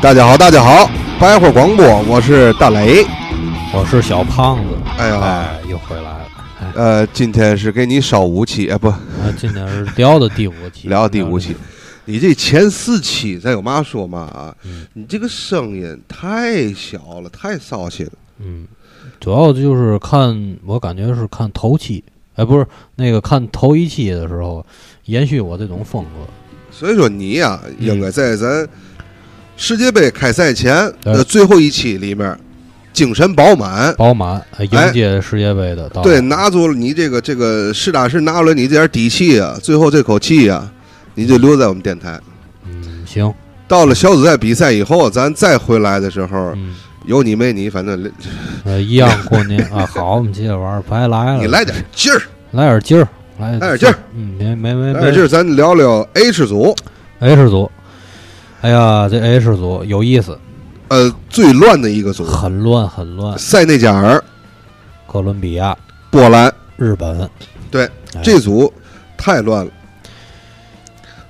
大家好，大家好，白话广播，我是大雷。我是小胖子，哎呀哎，又回来了。哎，呃，今天是给你烧五期，哎，不啊，今天是聊的第五期，聊第五期。你这前四期咱有嘛说嘛啊？嗯你这个声音太小了，太骚气了。嗯，主要就是看，我感觉是看头期，哎，不是那个看头一期的时候，延续我这种风格。所以说你呀、应该在咱世界杯开赛前的对最后一期里面，精神饱满。饱满，哎哎迎接世界杯的到来。对，拿足了你这个这个实打实拿出来你这点底气啊，最后这口气啊，你就留在我们电台。嗯，行，到了小组赛比赛以后，咱再回来的时候，嗯，有你没你，反正呃，一样过年啊。好，我们接着玩儿，白来了，你来点劲儿，来点劲儿，来来点劲儿，嗯，没没没来没点劲儿，咱聊聊 H 组， H 组，哎呀，这 H 组有意思，呃，最乱的一 个组，很乱很乱，塞内加尔、哥伦比亚、波兰日本，对哎，这组太乱了。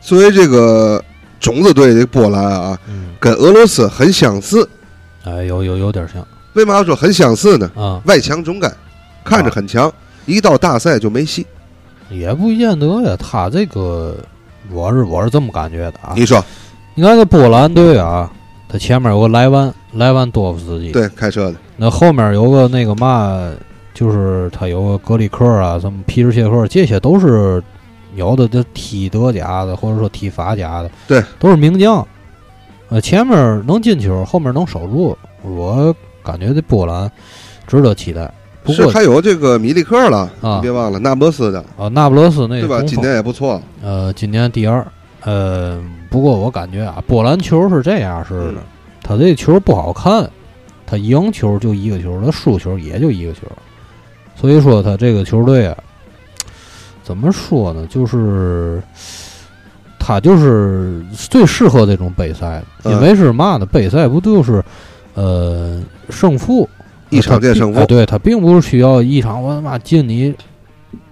作为这个种子队的波兰啊，嗯，跟俄罗斯很相似，哎，有有有点像为嘛说很相似呢？啊，外强中干，看着很强，一到大赛就没戏。也不见得呀。他这个，我是我是这么感觉的啊。你说你看这波兰队啊，他前面有个莱万莱万多夫斯基，对？开车的，那后面有个那个嘛，就是他有个格里克啊，什么皮尔切克，这些都是有的都踢德甲的，或者说踢法甲的，对，都是名将。呃，前面能进球，后面能守住，我感觉这波兰值得期待。不是过还有这个米利克了，啊你别忘了那不勒斯的，啊，那不勒斯那对个吧？中今锋年也不错，呃，今年第二。呃，不过我感觉啊，波兰球是这样式嗯的，他这球不好看，他赢球就一个球，他输球也就一个球，所以说他这个球队啊，怎么说呢？就是他就是最适合这种杯赛，嗯因为是嘛呢？杯赛不就是呃胜负一场见它并胜负哎对他并不是需要一场我他妈进你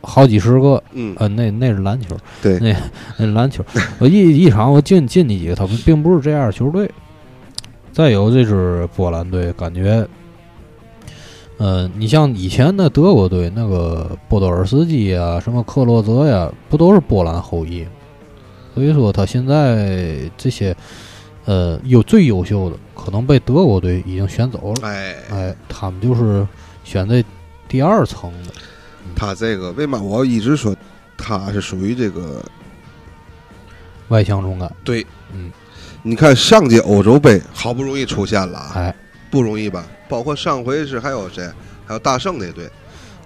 好几十个，嗯，呃，那那是篮球，对那那篮球，我一一场我进进你几个，他们并不是这样的球队。再有这支波兰队，感觉，呃，你像以前的德国队，那个波多尔斯基啊，什么克洛泽呀、不都是波兰后裔？所以说，他现在这些，呃，有最优秀的，可能被德国队已经选走了。哎，哎，他们就是选在第二层的。他这个为嘛我一直说他是属于这个外强中干，对，嗯，你看上届欧洲杯好不容易出现了啊，哎，不容易吧？包括上回是还有谁？还有大圣那队，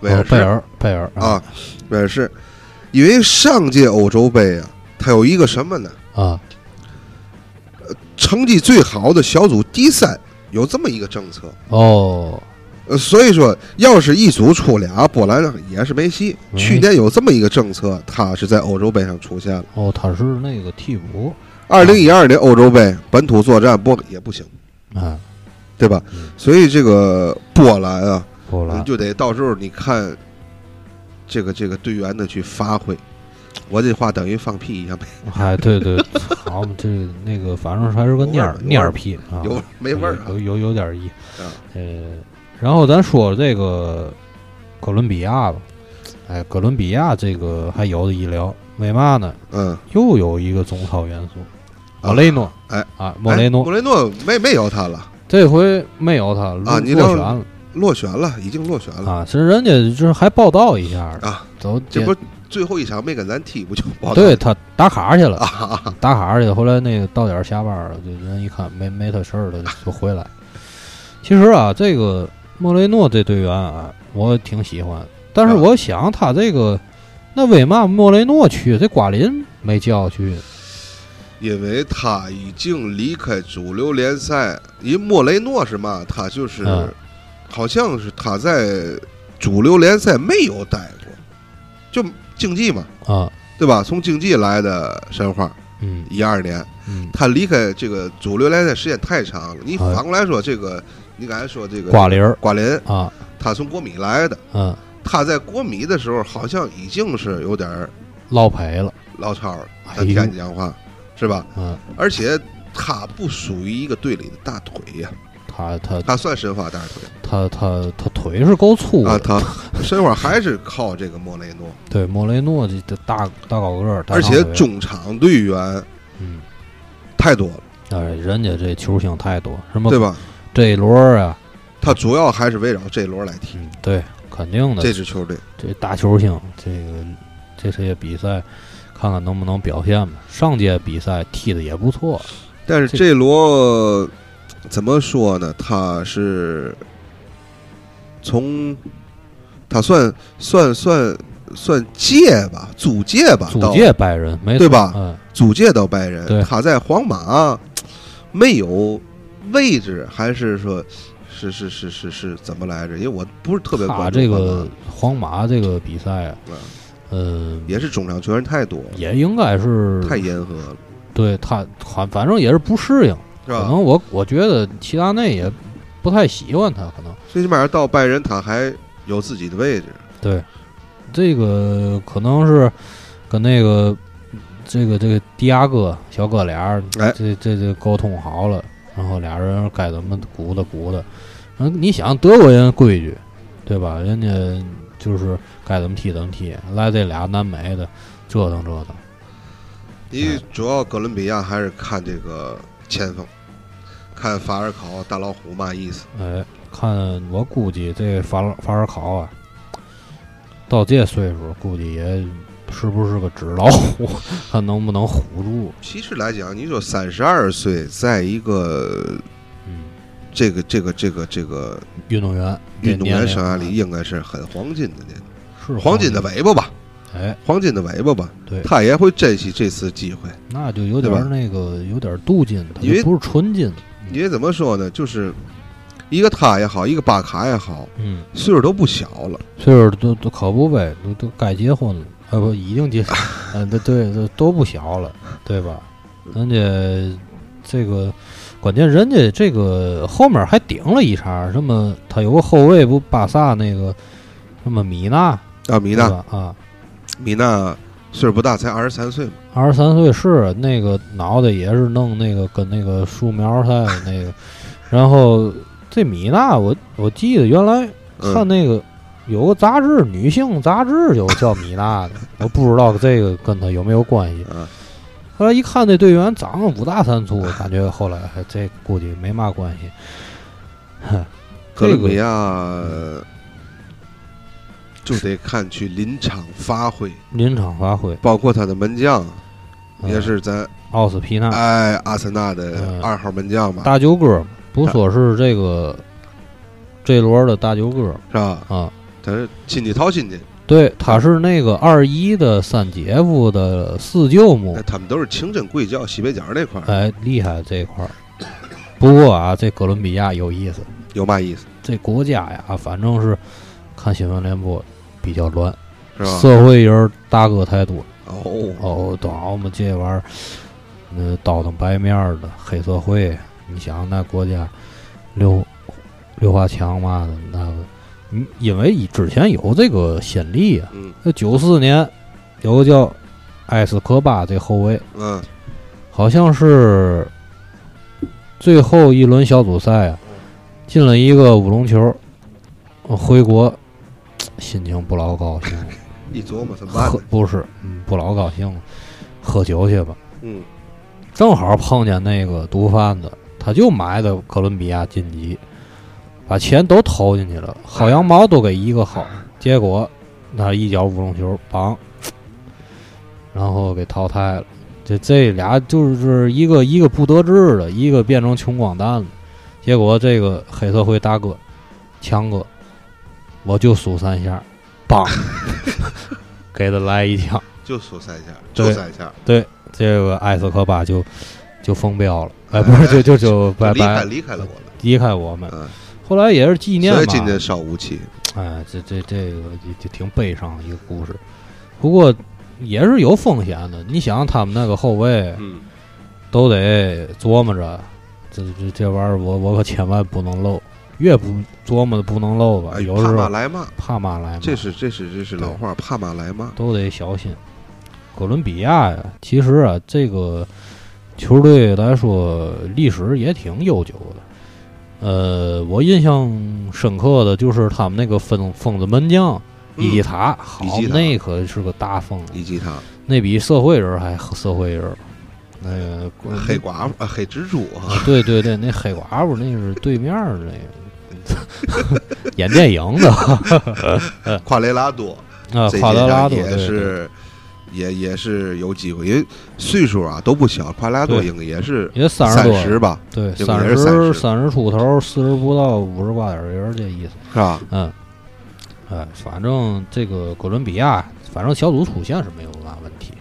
威哦尔，贝士尔，贝尔啊，威尔士，因为上届欧洲杯啊，它有一个什么呢？啊，成绩最好的小组第三，有这么一个政策。哦，呃，所以说，要是一组出俩，波兰也是没戏。嗯去年有这么一个政策，它是在欧洲杯上出现了。哦，他是那个替补，二零一二年欧洲杯本土作战不也不行，哎，对吧嗯？所以这个波兰啊，波你兰，就得到时候你看这个这个队员的去发挥。我这话等于放屁一样，没哎，对对，好，这那个反正还是个蔫儿有味儿有味蔫儿儿屁啊，有没味儿啊有？有有点意啊，呃，然后咱说这个哥伦比亚吧，哎，哥伦比亚这个还有的一聊，为嘛呢？嗯，又有一个中超元素，啊莫雷诺，哎啊，莫雷哎诺，莫雷诺没没有他了，这回没有他落啊你落聊选了落选了，已经落选了啊，是人家就是还报道一下儿，啊！走，这不最后一场没跟咱踢，不就报对他打卡去了啊啊？啊打卡去了，后来那个到点儿下班了，就人一看没没他事儿了，就回来。其实啊，这个莫雷诺这队员啊，我挺喜欢，但是啊我想他这个，那为嘛莫雷诺去，这瓜林没叫去？因为他已经离开主流联赛，因为莫雷诺是嘛，他就是、嗯好像是他在主流联赛没有待过，就竞技嘛，啊，对吧？从竞技来的申花，嗯一二年嗯，他离开这个主流联赛时间太长了。你哎反过来说，这个你刚才说这个瓜林儿瓜林，啊，他从国米来的，嗯，他在国米的时候好像已经是有点儿落赔了，老超了，哎咱呦天津话是吧？嗯而且他不属于一个队里的大腿呀、他他他算申花大腿他他他腿是够粗的，啊，他申花还是靠这个莫雷诺，对莫雷诺这这大大高个儿，大而且长腿中场队员嗯，太多了，哎，人家这球星太多，什么对吧？这一轮儿啊，他主要还是围绕这轮来踢嗯，对，肯定的，这支球队。这大球星，这个这些比赛，看看能不能表现吧。上届比赛踢的也不错，但是这罗怎么说呢？他是从他算算算算借吧，租借吧，租到借拜仁没错对吧嗯，租借到拜对仁，他在皇马没有位置，还是说是是是是是怎么来着？因为我不是特别他关注这皇个马皇马这个比赛啊嗯，嗯，也是中场球员太多了，也应该是太严和了，对他，反反正也是不适应。是可吧？能我我觉得齐达内也不太喜欢他，可能最起码到拜仁他还有自己的位置，对这个可能是跟那个这个这个迪亚哥小哥俩儿，哎这这这沟通好了，然后俩人该怎么鼓捣鼓捣。嗯，你想德国人规矩，对吧？人家就是该怎么踢怎么踢，来这俩南美的折腾折腾。你主要哥伦比亚还是看这个前锋，看法尔考、大老虎嘛意思？哎，看我估计这法尔法尔考啊，到这岁数估计也是不是个纸老虎， 看能不能唬住。其实来讲，你说三十二岁，在一个嗯，这个这个这个这个运动员运动员生涯里，这年龄应该是很黄金的年代，啊是黄金的尾巴吧，哎，黄金的尾巴吧，对，他也会珍惜这次机会。那就有点儿那个有点儿镀金，它因为就不是纯金。因为怎么说呢，就是一个他也好，一个巴卡也好，嗯，岁数都不小了，岁数都都可不呗，都都该结婚了，啊不，已经结， 嗯、对对，都都不小了，对吧？人家这个，关键人家这个后面还顶了一茬，什么他有个后卫不巴萨那个什么米娜，啊，米米娜，啊，米娜岁数不大，才二十三岁嘛，二十三岁是那个脑袋也是弄那个跟那个树苗赛那个，然后这米娜我我记得原来嗯看那个有个杂志，女性杂志有叫米娜的，我不知道这个跟她有没有关系。啊，后来一看这队员长得五大三粗，感觉后来哎这估计没嘛关系。哼哥这伦比个亚呃就得看去临场发挥，临场发挥包括他的门将嗯也是咱奥斯皮纳哎阿森纳嗯的二号门将吧，大舅哥，不说是这个这轮的大舅哥是吧？啊，他是亲戚掏亲戚，对，他是那个二一的三姐夫的四舅母哎，他们都是清真贵教西北角那块儿，哎，厉害这一块儿。不过啊，这哥伦比亚有意思，有嘛意思这国家呀，反正是看新闻联播比较乱，是吧？社会人儿大哥太多。哦，哦，懂我们这玩意儿，呃，倒腾白面儿的黑社会，你想那国家六六华强嘛的那个，嗯因为以之前有这个先例啊，嗯那九四年有个叫埃斯科巴这后卫，嗯，好像是最后一轮小组赛啊，进了一个五龙球，呃回国心情不老高兴了，一琢磨怎么办喝呢？不是，嗯，不老高兴了，喝酒去吧。嗯，正好碰见那个毒贩子，他就买的哥伦比亚晋级，把钱都投进去了，薅羊毛都给一个薅，结果那一脚五龙球，绑，然后给淘汰了。这这俩就是一个一个不得志的，一个变成穷光蛋了。结果这个黑社会大哥，强哥，我就数三下，梆， 给他来一枪。就说三下，对就三下，这个艾斯科巴就就封标了，哎，不是，就就就拜离开拜离开了我们，离开我们。嗯，后来也是纪念所以吧今，天烧武器，哎，这这这个也就挺悲伤的一个故事，不过也是有风险的。你想，他们那个后卫嗯，都得琢磨着，这这这玩意儿，我我可千万不能漏，越不琢磨的不能漏吧，哎有怕时嘛候来嘛，怕嘛来嘛，这是这是这是老嗯对话，怕嘛来嘛，都得小心。哥伦比亚呀，其实啊，这个球队来说历史也挺悠久的。呃，我印象深刻的就是他们那个疯疯子门将伊基嗯塔，好伊基塔那可是个大疯子，以及他那比社会人还社会人。那个黑寡妇、啊黑蜘蛛啊，啊，对对对，那黑寡妇那是对面儿那 个 演电影的夸雷拉多，啊，这夸些德拉上多也对对是也也是有机会，因为岁数啊都不小，夸雷拉多对应该也是也三三十多十了，吧，对，这三也是十30三十出头，四十不到，五十八点零儿这意思。是吧？嗯，哎，反正这个哥伦比亚，反正小组出线是没有嘛问题。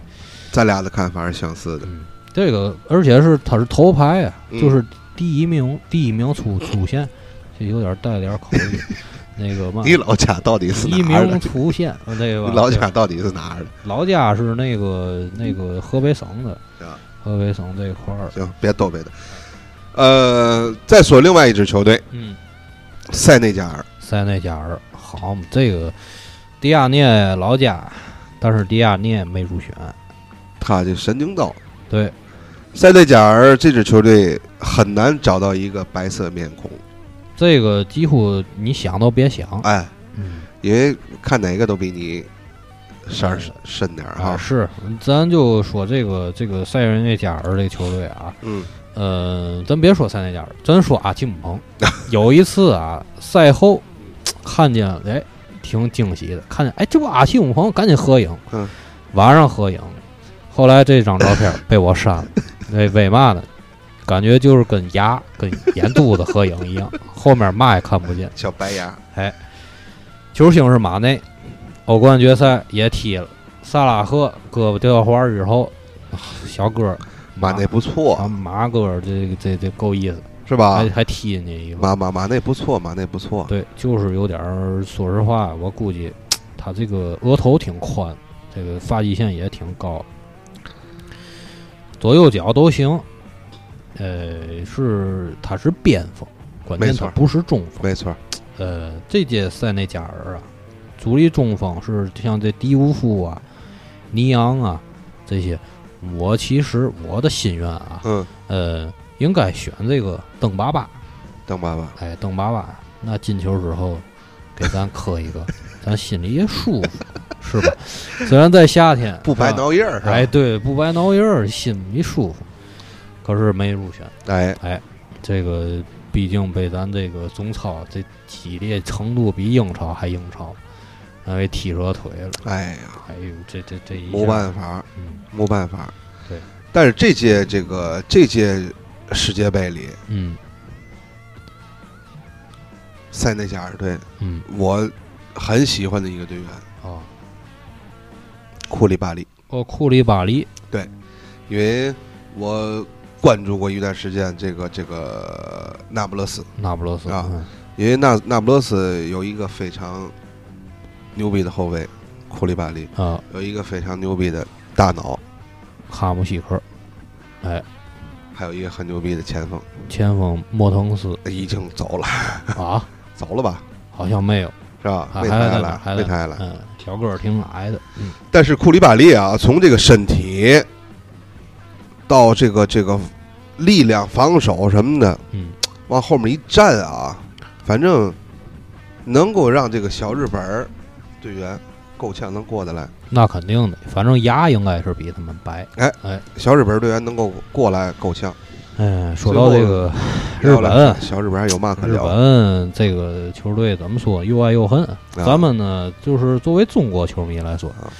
咱俩的看法是相似的，嗯，这个而且是他是头牌啊，嗯就是第一名，第一名出出线，这有点带点口音。那个嘛，嗯你老家到底是第哪一儿的名？出线，呃对吧？你老对家到底是哪儿的？老家是那个那个河北省的啊，河北省这一块儿。行，别逗别的。呃，再说另外一支球队嗯，塞内加尔，塞内加尔，好嘛，这个迪亚涅老家，但是迪亚涅没入选。他这神经刀。对，塞内加尔这支球队很难找到一个白色面孔，这个几乎你想都别想。哎，嗯，因为看哪个都比你色儿深点儿哈。啊是，咱就说这个这个塞内加尔这球队啊，嗯，呃，咱别说塞内加尔，咱说阿基姆彭。有一次啊，赛后看见了，哎，挺惊喜的，看见哎，这不阿基姆彭，赶紧合影。嗯，晚上合影。后来这张照片被我删了，那为嘛呢？感觉就是跟牙跟眼珠子合影一样，后面嘛也看不见。小白牙，球星是马内，欧冠决赛也踢了，萨拉赫胳膊掉花儿之后，啊小哥儿马内不啊错，马哥儿这个这这够意思，是吧还？还踢人家一个。马马马内不错，马内不错。对，就是有点儿，说实话，我估计他这个额头挺宽，这个发际线也挺高，左右脚都行。呃，是他是边锋，关键没他错不是中锋。没错，呃，这届塞内加尔啊，主力中锋是像这迪乌夫啊、尼昂啊这些。我其实我的心愿啊，嗯，呃，应该选这个邓巴巴。邓爸爸，哎，邓巴巴那进球之后，给咱磕一个，咱心里也舒服，是吧？虽然在夏天不白是吧挠印儿，是吧哎，对，不白挠印儿，心里舒服。可是没入选，哎，这个毕竟被咱这个中超这激烈程度比英超还英超，那给踢折腿了。哎呀，哎呦，这这这一没下，办法，嗯没办法。对，但是这届这个这届世界杯里，嗯塞内加尔队嗯我很喜欢的一个队员哦库里巴利，哦，库里巴利，因为我关注过一段时间这个这个呃那不勒斯，那不勒斯啊嗯因为那那不勒斯有一个非常牛逼的后卫库里巴利，啊，有一个非常牛逼的大脑，哈姆西克，还有一个很牛逼的前锋，前锋莫腾斯已经走了，啊，走了吧，好像没有。是吧？还没还在谈下那儿来，还没在谈下来。嗯，小个儿挺矮的，嗯，但是库里巴利啊，从这个身体到这个这个力量、防守什么的，嗯，往后面一站啊，反正能够让这个小日本儿队员够呛能过得来。那肯定的，反正牙应该是比他们白。小日本儿队员能够过来够呛。嗯，说到这 个日聊聊本，小日本还有嘛可日聊的？本这个球队怎么说，又爱又恨。咱们呢，就是作为中国球迷来说啊，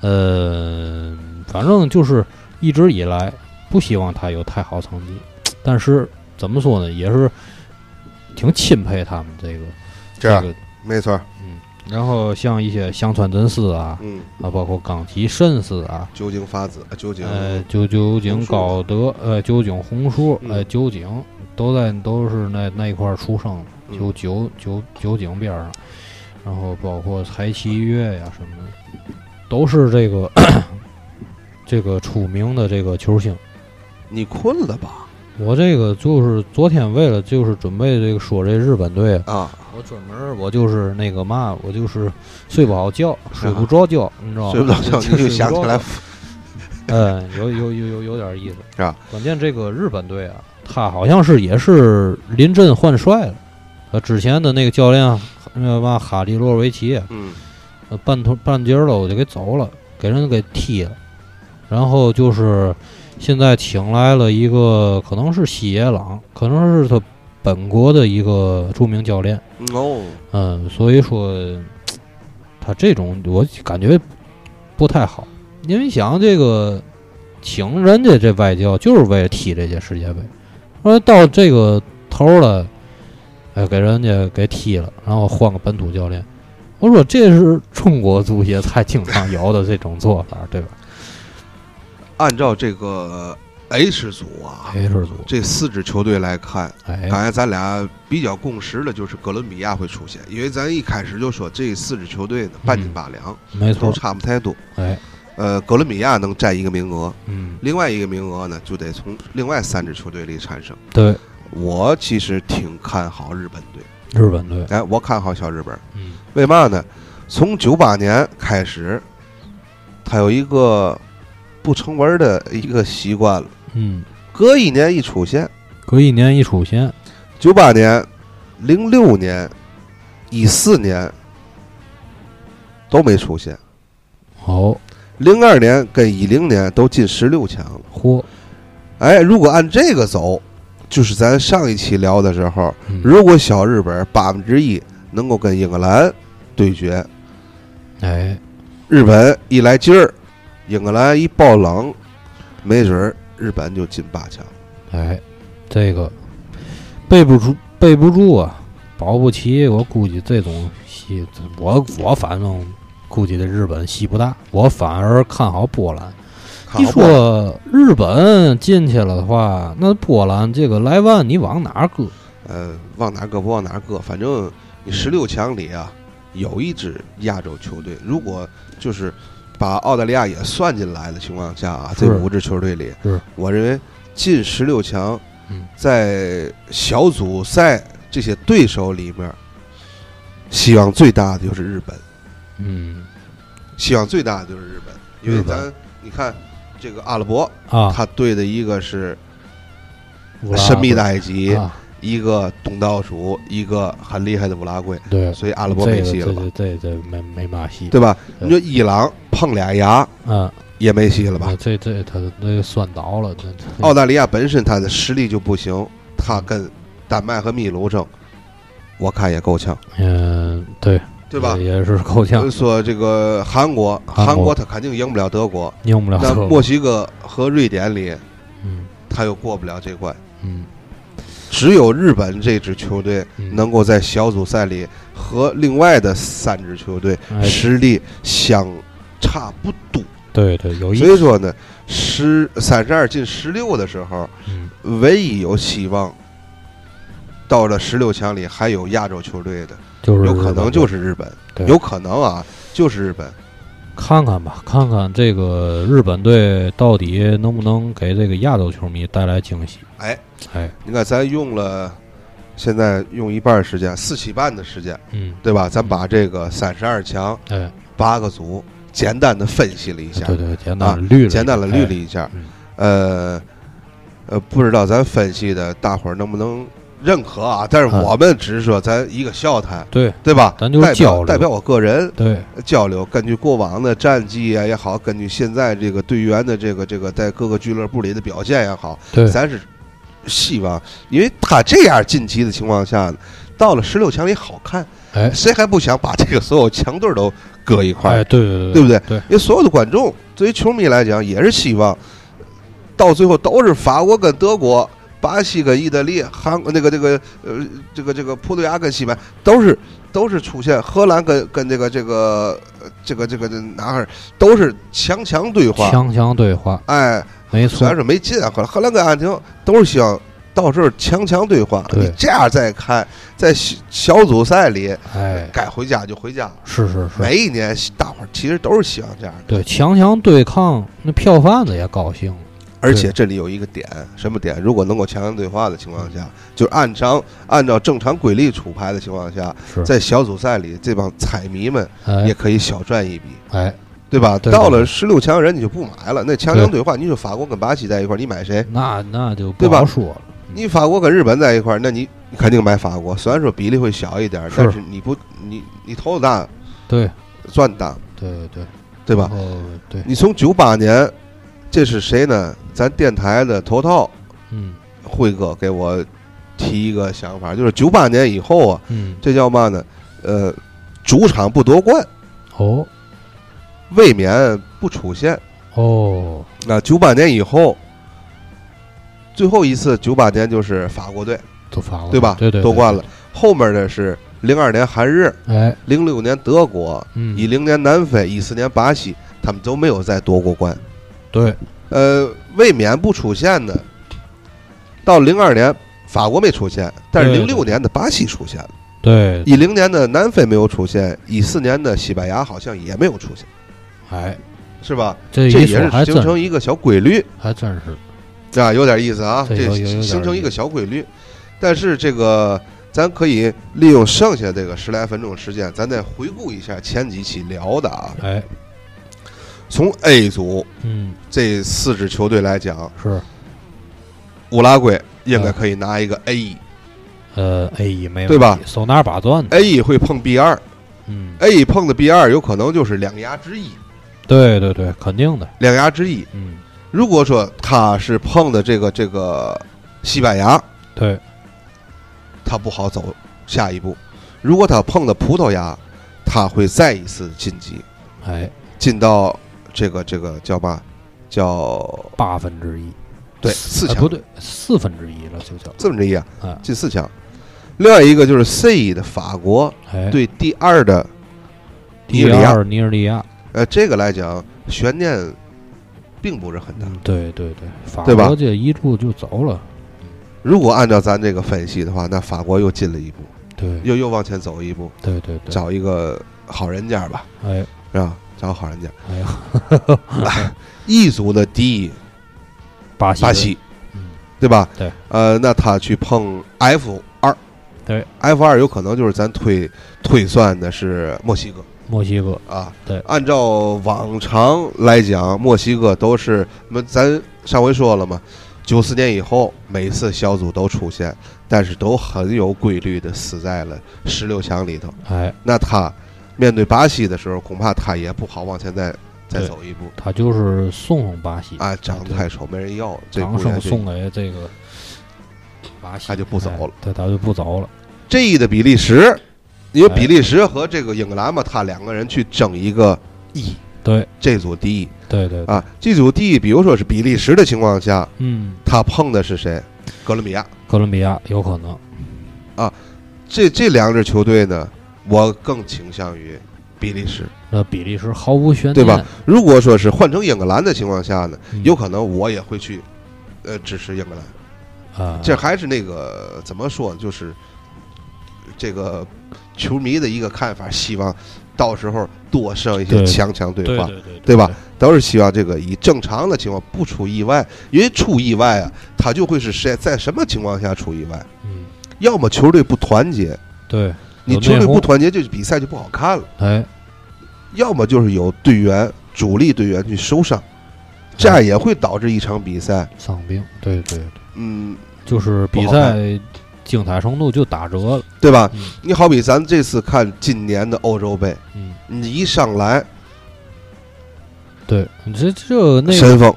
呃，反正就是一直以来不希望他有太好成绩，但是怎么说呢，也是挺钦佩他们这个这这样个，没错儿，嗯。然后像一些香川真司啊，嗯，啊，包括冈崎慎司啊，酒井法子，呃酒井呃，酒酒井高德，呃，酒井红树，嗯呃，酒井都在都是那那一块儿出生的，嗯酒酒酒酒井边上，然后包括柴崎岳呀什么的，都是这个这个出名的这个球星。你困了吧？我这个就是昨天为了就是准备这个说这日本队，啊，我专门儿我就是那个嘛，我就是睡不好觉，睡不着觉，你知嗯道吗？睡不着觉 你就 就睡不想起着来觉嗯，有有有有有点意思，是吧？关键这个日本队啊，他好像是也是临阵换帅了，他之前的那个教练那嘛哈利洛维奇啊，嗯呃半途半截儿喽就给走了，给人给踢了，然后就是现在请来了一个可能是西野朗，可能是他本国的一个著名教练，哦，嗯，所以说他这种我感觉不太好，因为想这个请人家这外教就是为了踢这届世界杯，说到这个头儿了，哎，给人家给踢了，然后换个本土教练，我说这是中国足协才经常有的这种做法，对吧 按照这个 H 组啊， ？H 组，这四支球队来看，刚哎，才咱俩比较共识的就是哥伦比亚会出现，因为咱一开始就说这四支球队呢半嗯斤八两，没都错，差不太多。哎，呃，哥伦比亚能占一个名额，嗯，另外一个名额呢就得从另外三支球队里产生。对，我其实挺看好日本队，日本队，哎，我看好小日本，嗯，为嘛呢？从九八年开始，他有一个不成文的一个习惯了，嗯，隔一年一出现。隔一年一出现，九八年、零六年、一四年都没出现，好，零二年跟一零年都进十六强了。嚯，哎，如果按这个走，就是咱上一期聊的时候，嗯如果小日本八分之一能够跟英格兰对决，哎，日本一来劲儿，英格兰一爆冷，没准儿日本就进八强。哎，这个备不住，备不住啊，保不齐。我估计这种戏，我我反正估计这日本戏不大，我反而看好波兰。看一好不好说日本进去了的话，那波兰这个莱万你往哪儿搁？呃，往哪搁不往哪搁，反正你十六强里啊，有一支亚洲球队，如果就是把澳大利亚也算进来的情况下啊，这是五支球队里是，我认为进十六强嗯，在小组赛这些对手里面，希望最大的就是日本，嗯希望最大的就是日本，因日为本咱你看这个阿拉伯，啊，他对的一个是乌拉神秘的埃及，啊，一个东道主，一个很厉害的乌拉圭。对，所以阿阿拉伯没戏了这吧个，这这这没没嘛戏，对吧？对你说伊朗碰俩牙嗯，也没戏了吧？哦这这他那个酸倒了，这这澳大利亚本身它的实力就不行，它跟丹麦和秘鲁争，我看也够呛，嗯，对对吧？呃也也是够呛就，说这个韩国，韩国啊韩国它肯定赢不了德国，用不了那策略墨西哥和瑞典里嗯它又过不了这关。嗯只有日本这支球队嗯能够在小组赛里和另外的三支球队哎实力相差不多，对对，有一所以说呢，十三十二进十六的时候，嗯唯一有希望到了十六强里还有亚洲球队的，就是有可能就是是日本，对有可能啊，就是日本。看看吧，看看这个日本队到底能不能给这个亚洲球迷带来惊喜。哎，哎，你看，咱用了现在用一半时间，四起半的时间，嗯，对吧？咱把这个三十二强哎，八个组简单的分析了一下啊对，对，简单地捋了，简单的哎捋了，一下嗯，呃，呃，不知道咱分析的大伙儿能不能认可啊？但是嗯我们只是说咱一个笑谈，哎对对吧？咱就是代交表流代表我个人对，交流，根据过往的战绩啊也好，根据现在这个队员的这个这个在各个俱乐部里的表现也好，对咱是希望，因为他这样晋级的情况下呢，到了十六强也好看，哎谁还不想把这个所有强队都搁一块儿哎，？对对对不对？对因为所有的观众，对于球迷来讲，也是希望到最后都是法国跟德国、巴西跟意大利、韩那个这个呃这个这个葡萄牙跟西班牙都是都是出现荷兰跟跟这个这个呃这个这个这哪儿都是强强对话。强强对话，哎，没虽错然，说没进啊，荷兰荷兰跟阿根廷都是希望到这儿强强对话。对你这样再看，在小小组赛里哎，该回家就回家。是是是，每一年大伙儿其实都是希望这样的。对，强强对抗，那票贩子也高兴，而且这里有一个点，什么点？如果能够强强对话的情况下，就是按常按照正常规律出牌的情况下，是，在小组赛里，这帮彩迷们哎也可以小赚一笔，哎，对吧？对到对了对十六强，人你就不买了。那强强对话，你说法国跟巴西在一块儿，你买谁？那那就对不吧好说了。你法国跟日本在一块儿，那你你肯定买法国。虽然说比例会小一点，是但是你不你你投的大，对赚的大，对对，对吧？然后对，你从九八年，这是谁呢？咱电台的头套嗯辉哥给我提一个想法，就是九八年以后啊，嗯，这叫嘛呢？呃，主场不夺冠，哦卫冕不出现。哦，那九八年以后，最后一次九八年就是法国队，都发了，对吧？哦对对，夺冠了。。后面的是零二年韩日，哎，零六年德国，嗯，一零年南非，一四年巴西，他们都没有再夺过冠。对，呃，卫冕不出现的，到零二年法国没出现，但是对零对六年的巴西出现了，对，一零年的南非没有出现，一四年的西班牙好像也没有出现，哎，是吧？这这一也说是还形真成一个小规律还真是，啊，有点意思啊，对这有有有点形成意一个思小规律。但是这个咱可以利用剩下这个十来分钟时间，咱再回顾一下前几期聊的啊，哎，从 A 组嗯，这四支球队来讲，是，乌拉圭应啊该可以拿一个 A 一。呃，A 一没对吧哎问题手拿把钻的， A E 会碰 B 二嗯， ，A E 碰的 B 二有可能就是两牙之一，对对对，肯定的，两牙之一。嗯，如果说他是碰的这个这个西班牙，对，他不好走下一步；如果他碰的葡萄牙，他会再一次晋级，哎，进到这个这个叫嘛？叫八分之一，对四哎，强不，对，四分之一了就叫，这么着一啊，哎进四强。另外一个就是 C 的法国哎，，对第二的尼第日利亚，二尼日利亚，呃，这个来讲悬念并不是很大。嗯，对对对，法对吧国这一路就走了，如果按照咱这个分析的话，那法国又进了一步，对又又往前走一步，对对对，找一个好人家吧，哎是吧？找个好人家。哎呀，一组的第一巴西巴巴西，嗯，对吧？对。呃，那他去碰 F 二，对，F 二有可能就是咱推推算的是墨西哥墨西哥，啊。对按照往常来讲，墨西哥都是那么咱上回说了嘛。九四年以后，每次小组都出现，但是都很有规律的死在了十六强里头。哎，那他面对巴西的时候，恐怕他也不好往前再再对走一步他就是送送巴西啊！长得对太丑，没人要，这长姑娘生就送给这个巴西，他就不走了哎对，他就不走了，这一的比利时，因为哎比利时和这个英格兰嘛，他两个人去争一个一，对这组第一对对，对啊。这组第一，比如说是比利时的情况下，嗯，他碰的是谁？哥伦比亚。哥伦比亚有可能，这这两支球队呢，我更倾向于比利时。那比利时毫无悬念，对吧？如果说是换成英格兰的情况下呢，嗯有可能我也会去，呃，支持英格兰。啊，这还是那个怎么说呢，就是这个球迷的一个看法，希望到时候多上一些对强强对对话。对对对吧？都是希望这个以正常的情况不出意外，因为出意外啊，他就会是谁在什么情况下出意外？嗯，要么球队不团结，对，你有球内队不讧团结，就比赛就不好看了；哎，要么就是有队员主力队员去受伤，这哎样也会导致一场比赛，伤病，对对对，嗯，就是比不好赛精彩程度就打折了，对吧？嗯你好比咱这次看今年的欧洲杯，嗯，你一上来对，你这这那个神锋，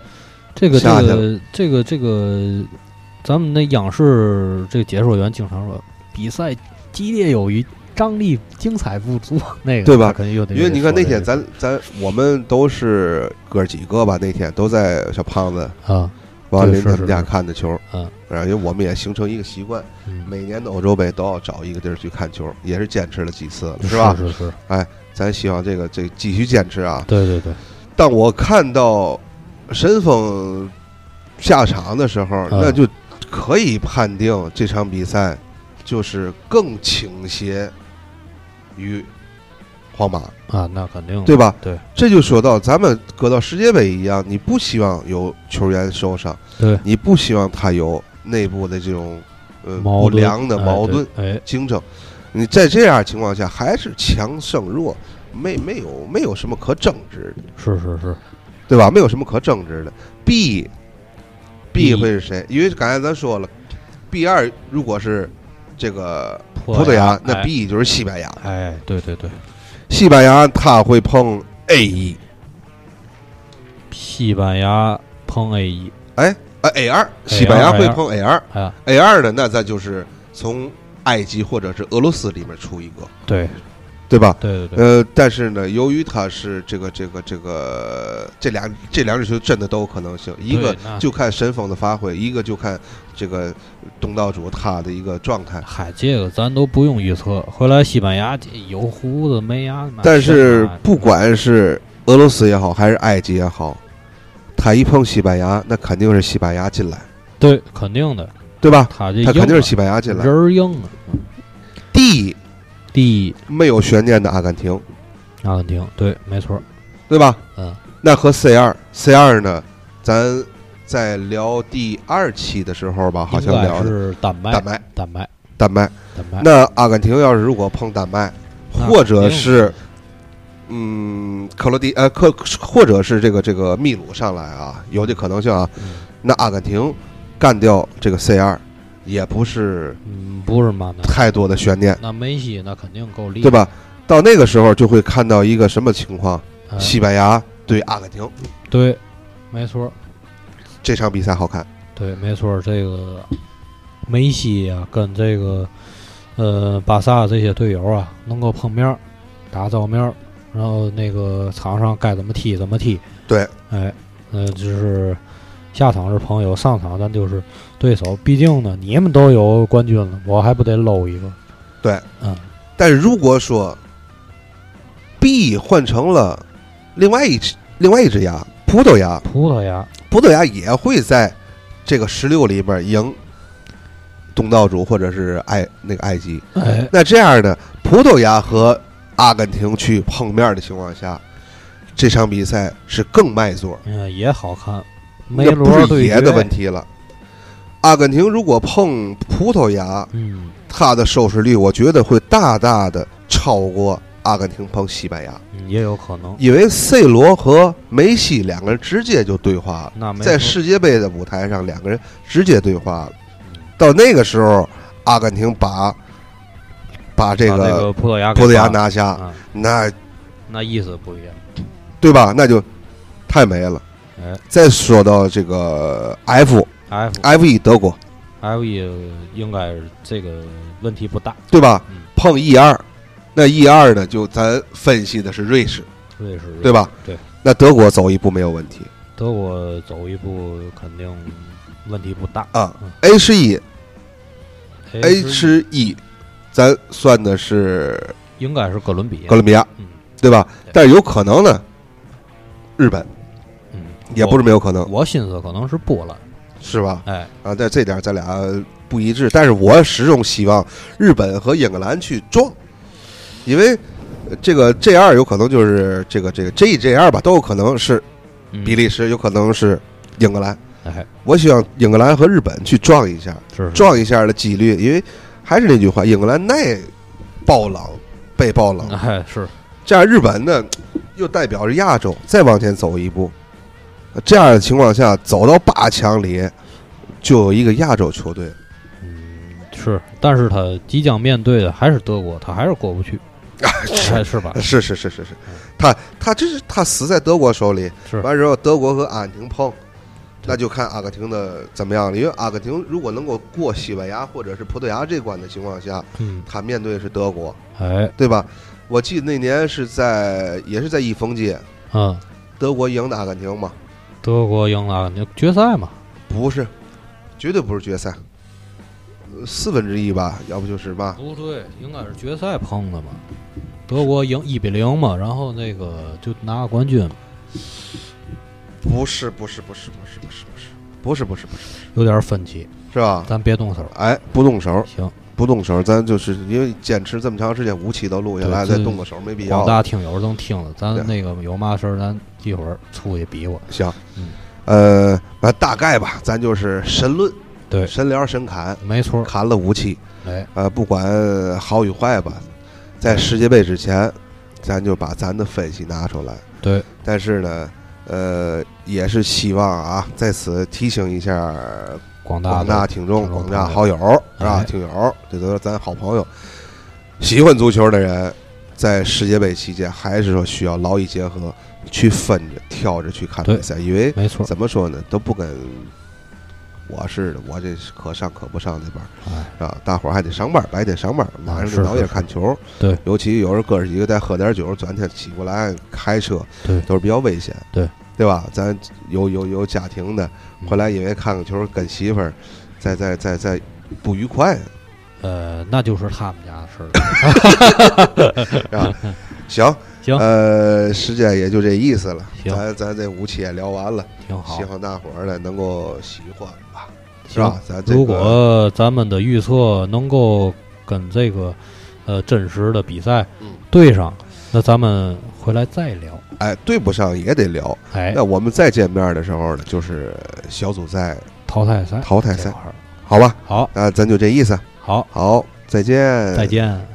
这个这下去个这个这个，咱们那央视这个解说员经常说，比赛激烈有余，张力精彩不足，那个对吧他肯定又得因为你看那天说这咱咱我们都是哥几个吧，那天都在小胖子个啊，王林对是他们家是看的球，嗯，然后因为我们也形成一个习惯，嗯每年的欧洲杯都要找一个地儿去看球，也是坚持了几次了，是吧？嗯是是，咱希望这个这继续坚持啊！对对对，但我看到神锋下场的时候，嗯那就可以判定这场比赛就是更倾斜于皇马，啊，那肯定的对吧？对这就说到咱们搁到世界杯一样，你不希望有球员受伤，对，你不希望他有内部的这种呃矛不盾良的矛盾，哎对哎竞争。你在这样情况下还是强胜弱，没没有没有什么可争执的，是是是，对吧？没有什么可争执的。B B B 会是谁？因为刚才咱说了，B 二如果是这个葡萄萄牙，那哎 B 就是西班牙，哎，对对对，西班牙他会碰 A E 一，西班牙碰 A E，一，呃 A 二，西班牙会碰 A 二哎呀， ，A 二的那咱就是从埃及或者是俄罗斯里面出一个，对对吧？对对对，呃，但是呢，由于它是这个这个这个这两这两支球队真的都有可能性，一个对啊那就看神风的发挥，一个就看这个东道主他的一个状态。嗨，这个咱都不用预测。回来西班牙这有胡子没牙，妈但是天哪不管是俄罗斯也好，还是埃及也好，他一碰西班牙，那肯定是西班牙进来，对，肯定的，对吧？他这他肯定是硬西班牙进啊来人。儿硬啊。 D 第一，没有悬念的阿根廷，阿根廷，对，没错，对吧？嗯，那和 C 二 C 二呢？咱在聊第二期的时候吧，好像应该聊的是丹麦，丹麦，丹麦，丹麦。丹麦，那阿根廷要是如果碰丹麦，那或者肯定是嗯克罗地呃克，或者是这个这个秘鲁上来啊，有这可能性啊。嗯那阿根廷干掉这个 C 二，也不是嗯，不是嘛呢？太多的悬念，那梅西那肯定够厉害，对？吧？到那个时候就会看到一个什么情况？哎、西班牙对阿根廷对，没错，这场比赛好看，对，没错，这个梅西啊，跟这个呃巴萨这些队友啊，能够碰面儿，打照面儿，然后那个场上该怎么踢怎么踢。对，哎，嗯、就是下场是朋友，上场咱就是对手。毕竟呢，你们都有冠军了，我还不得搂一个？对，嗯，但是如果说 B 换成了另外一支另外一只牙葡萄牙，葡萄牙，葡萄牙也会在这个十六里面赢东道主或者是埃那个埃及。哎，那这样呢，葡萄牙和阿根廷去碰面的情况下，这场比赛是更卖座，嗯，也好看。梅那罗不是对爷决的问，题了。阿根廷如果碰葡萄牙，嗯它的收视率我觉得会大大的超过阿根廷碰西班牙，嗯，也有可能。因为 C 罗和梅西两个人直接就对话了。那没在错世界杯的舞台上，两个人直接对话了嗯。到那个时候，阿根廷把把这把这个个葡萄牙给葡萄牙办了拿下，啊，那那意思不一样。对吧？那就太没了哎。再说到这个 F F F 一德国， F E 应该是这个问题不大，对吧嗯？碰 E 二，那 E 二呢？就咱分析的是瑞士，瑞士对？吧？对。那德国走一步没有问题德国走一步肯定问题不大。啊嗯。 H 一 H E H 一，E，咱算的是应该是哥伦比亚，哥伦比亚，嗯对吧对？但是有可能呢，日本嗯，也不是没有可能我。，我心思可能是波兰，是吧？哎，啊，在这点儿咱俩不一致，但是我始终希望日本和英格兰去撞，因为呃这个 G 二有可能就是这个这个 G G 二吧，都有可能是嗯比利时，有可能是英格兰。哎，我希望英格兰和日本去撞一下，是撞一下的几率，因为还是那句话，英格兰耐爆冷，被爆冷，哎是这样日本呢，又代表着亚洲，再往前走一步，这样的情况下，走到八强里，就有一个亚洲球队。嗯是，但是他即将面对的还是德国，他还是过不去，啊哎是吧？是是是是是，他他这是他死在德国手里，嗯是完之后德国和阿根廷碰，对那就看阿根廷的怎么样了。因为阿根廷如果能够过西班牙或者是葡萄牙这关的情况下，嗯，他面对的是德国，哎对吧？我记得那年是在也是在一峰街，嗯，德国赢的阿根廷嘛，德国赢了你决赛嘛，不是，绝对不是决赛，呃四分之一吧，要不就是嘛，不对，应该是决赛碰的嘛。德国赢一比零嘛，然后那个就拿了冠军，不是，不是，不是，不是，不是，不是，不是，不是，不是，有点分歧。是吧？咱别动手，哎，不动手，行。不动手，咱就是因为坚持这么长时间，五期都录下来，对再这动个手没必广要。大听友都听了，咱对那个有嘛事儿，咱一会儿出去比划。行嗯，呃，那大概吧，咱就是神论，对神聊神侃，没错儿，侃了五期，哎，呃，不管好与坏吧，在世界杯之前，咱就把咱的分析拿出来。对，但是呢，呃，也是希望啊，在此提醒一下广大广的大听众、广广大大朋友好友是吧哎？听友，这都是咱好朋友。喜欢足球的人，在世界杯期间，还是说需要劳逸结合，去分着、挑着去看对比赛，因为没错，怎么说呢，都不跟我似的，我这是可上可不上这班哎，儿啊，大伙儿还得上班儿，白天上班儿，晚上啊是就熬夜是看球。对，尤其有时候哥儿几个再喝点酒，转天起不来开车，对都是比较危险。对，对吧？咱有有有家庭的，嗯回来因为看个球跟媳妇儿，再再再再不愉快，呃，那就是他们家的事儿了。是 吧？行行呃，时间也就这意思了，行咱咱这五期也聊完了，挺好希，望大伙儿呢能够喜欢吧，是行吧？咱这个如果咱们的预测能够跟这个呃真实的比赛嗯对上，那咱们回来再聊。哎对不上也得聊，哎，那我们再见面的时候呢，就是小组赛淘汰赛，淘汰这赛，块儿好吧？好，那咱就这意思，好，好，再见，再见。哎